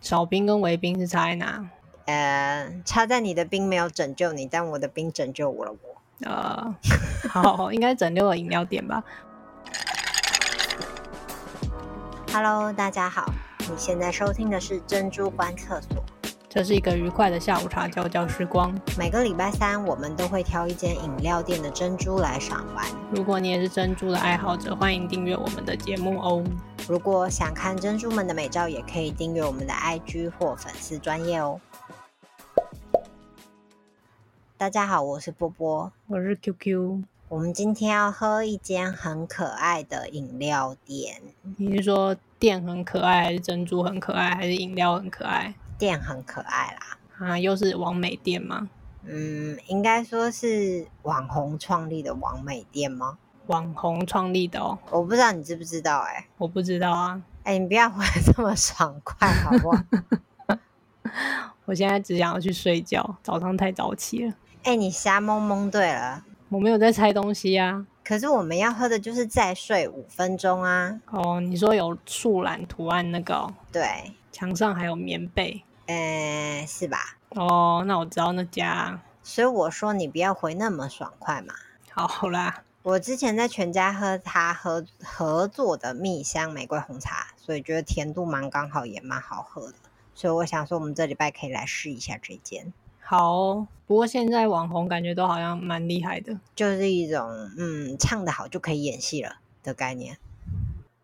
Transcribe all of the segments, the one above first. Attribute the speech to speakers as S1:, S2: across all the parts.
S1: 小兵跟维兵是差在哪？
S2: 呃，差在你的兵没有拯救你，但我的兵拯救我了我。
S1: 呃， 好，应该整六个饮料店吧。
S2: Hello，大家好，你现在收听的是珍珠观厕所。
S1: 这是一个愉快的下午茶交交时光。
S2: 每个礼拜三，我们都会挑一间饮料店的珍珠来赏玩。
S1: 如果你也是珍珠的爱好者，欢迎订阅我们的节目哦。
S2: 如果想看珍珠们的美照，也可以订阅我们的 IG 或粉丝专业哦。大家好，我是波波。
S1: 我是 QQ，
S2: 我们今天要喝一间很可爱的饮料店，
S1: 你是说店很可爱，还是珍珠很可爱，还是饮料很可爱？
S2: 店很可爱啦。
S1: 啊，又是王美店吗？
S2: 嗯，应该说是网红创立的网美店吗？
S1: 网红创立的哦，
S2: 我不知道你知不知道、欸，哎
S1: 我不知道啊。
S2: 哎，你不要回来这么爽快好不好？
S1: 我现在只想要去睡觉，早上太早起了。
S2: 哎、你瞎蒙蒙对了。
S1: 我没有在拆东西啊。
S2: 可是我们要喝的就是再睡五分钟啊，
S1: 哦，你说有树懒图案那个哦、
S2: 对，
S1: 墙上还有棉被。
S2: 呃，是吧？
S1: 哦，那我知道那家。
S2: 所以我说你不要回那么爽快嘛。
S1: 好啦，
S2: 我之前在全家喝他合合作的蜜香玫瑰红茶，所以觉得甜度蛮刚好，也蛮好喝的。所以我想说，我们这礼拜可以来试一下这间，
S1: 好哦、不过现在网红感觉都好像蛮厉害的，
S2: 就是一种嗯，唱得好就可以演戏了的概念。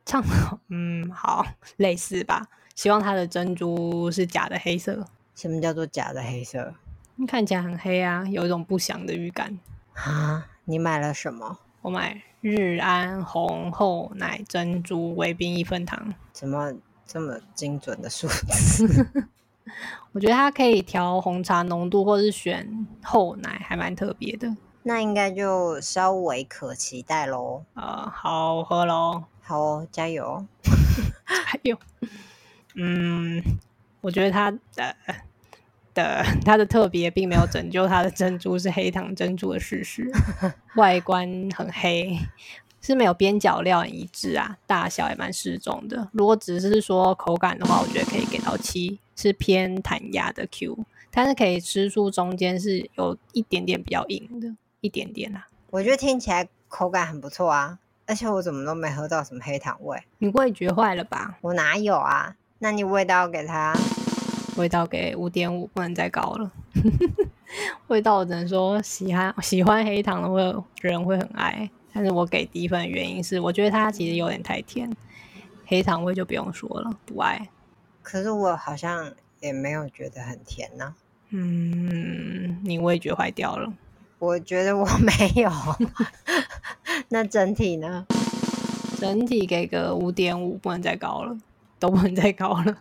S1: 唱得好，嗯，好，类似吧。希望它的珍珠是假的黑色，
S2: 什么叫做假的黑色
S1: 看起来很黑啊，有一种不祥的预感。
S2: 啊？你买了什么？
S1: 我买日安红厚奶珍珠维冰一分糖，
S2: 怎么这么精准的数字？
S1: 我觉得它可以调红茶浓度，或是选厚奶，还蛮特别的。
S2: 那应该就稍微可期待喽。
S1: 呃，好喝喽。
S2: 好哦，加油！
S1: 还有， 嗯，我觉得它的的它的特别并没有拯救它的珍珠是黑糖珍珠的事 实，外观很黑，是没有边角料很一致啊，大小也蛮适中的。如果只是说口感的话，我觉得可以给到七，是偏弹牙的 Q，但是可以吃出中间是有一点点比较硬的，一点点啊。
S2: 我觉得听起来口感很不错啊，而且我怎么都没喝到什么黑糖味，
S1: 你味觉坏了吧？
S2: 我哪有啊？那你味道给它，
S1: 味道给五点五，不能再高了。 味道我只能说喜欢喜欢黑糖的会人会很爱，但是我给低分的原因是，我觉得它其实有点太甜，黑糖味就不用说了，不爱。
S2: 可是我好像也没有觉得很甜呢、
S1: 嗯，你味觉坏掉了。
S2: 我觉得我没有。 那整体呢？
S1: 整体给个五点五，不能再高了，都不能再高了。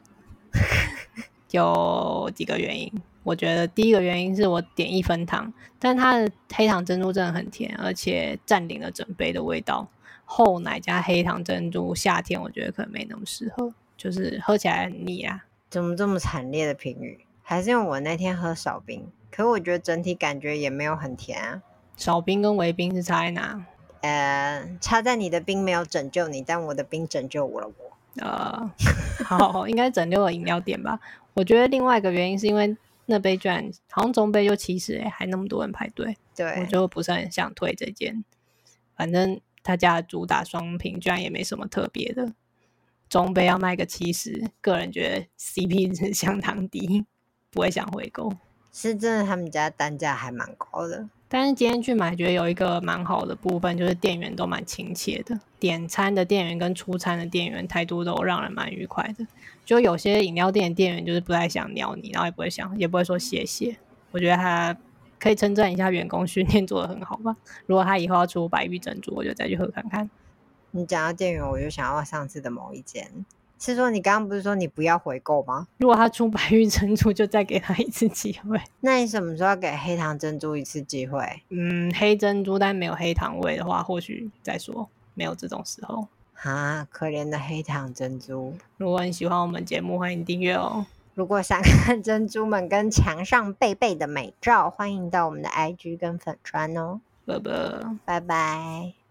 S1: 有几个原因，我觉得第一个原因是我点一分糖，但它的黑糖珍珠真的很甜，而且占领了整杯的味道。厚奶加黑糖珍珠，夏天我觉得可能没那么适合，就是喝起来很腻啊。
S2: 怎么这么惨烈的评语？还是因为我那天喝少冰？可是我觉得整体感觉也没有很甜啊。
S1: 少冰跟维冰是差在哪？
S2: 呃，差在你的冰没有拯救你，但我的冰拯救我了我。
S1: 呃，好，应该整六个饮料店吧。我觉得另外一个原因是因为那杯居然好像中杯就七十哎，还那么多人排队。我
S2: 对，
S1: 就不是很想推这件。反正他家的主打双品居然也没什么特别的，中杯要卖个七十，个人觉得 CP 值相当低，不会想回购。
S2: 是真的，他们家单价还蛮高的。
S1: 但是今天去买，觉得有一个蛮好的部分，就是店员都蛮亲切的，点餐的店员跟出餐的店员态度都让人蛮愉快的。就有些饮料店的店员就是不太想鸟你，然后也不会想，也不会说谢谢。我觉得他可以称赞一下员工训练做得很好吧。如果他以后要出白玉珍珠，我就再去喝看看。
S2: 你讲到店员，我就想到上次的某一间，是说你刚刚不是说你不要回购吗？
S1: 如果他出白玉珍珠，就再给他一次机会。
S2: 那你什么时候要给黑糖珍珠一次机会？
S1: 嗯，黑珍珠但没有黑糖味的话，或许再说，没有这种时候。
S2: 啊，可怜的黑糖珍珠！
S1: 如果你喜欢我们节目，欢迎订阅哦。
S2: 如果想 看珍珠们跟墙上贝贝的美照，欢迎到我们的 IG 跟粉砖哦。
S1: 拜拜。
S2: 拜拜。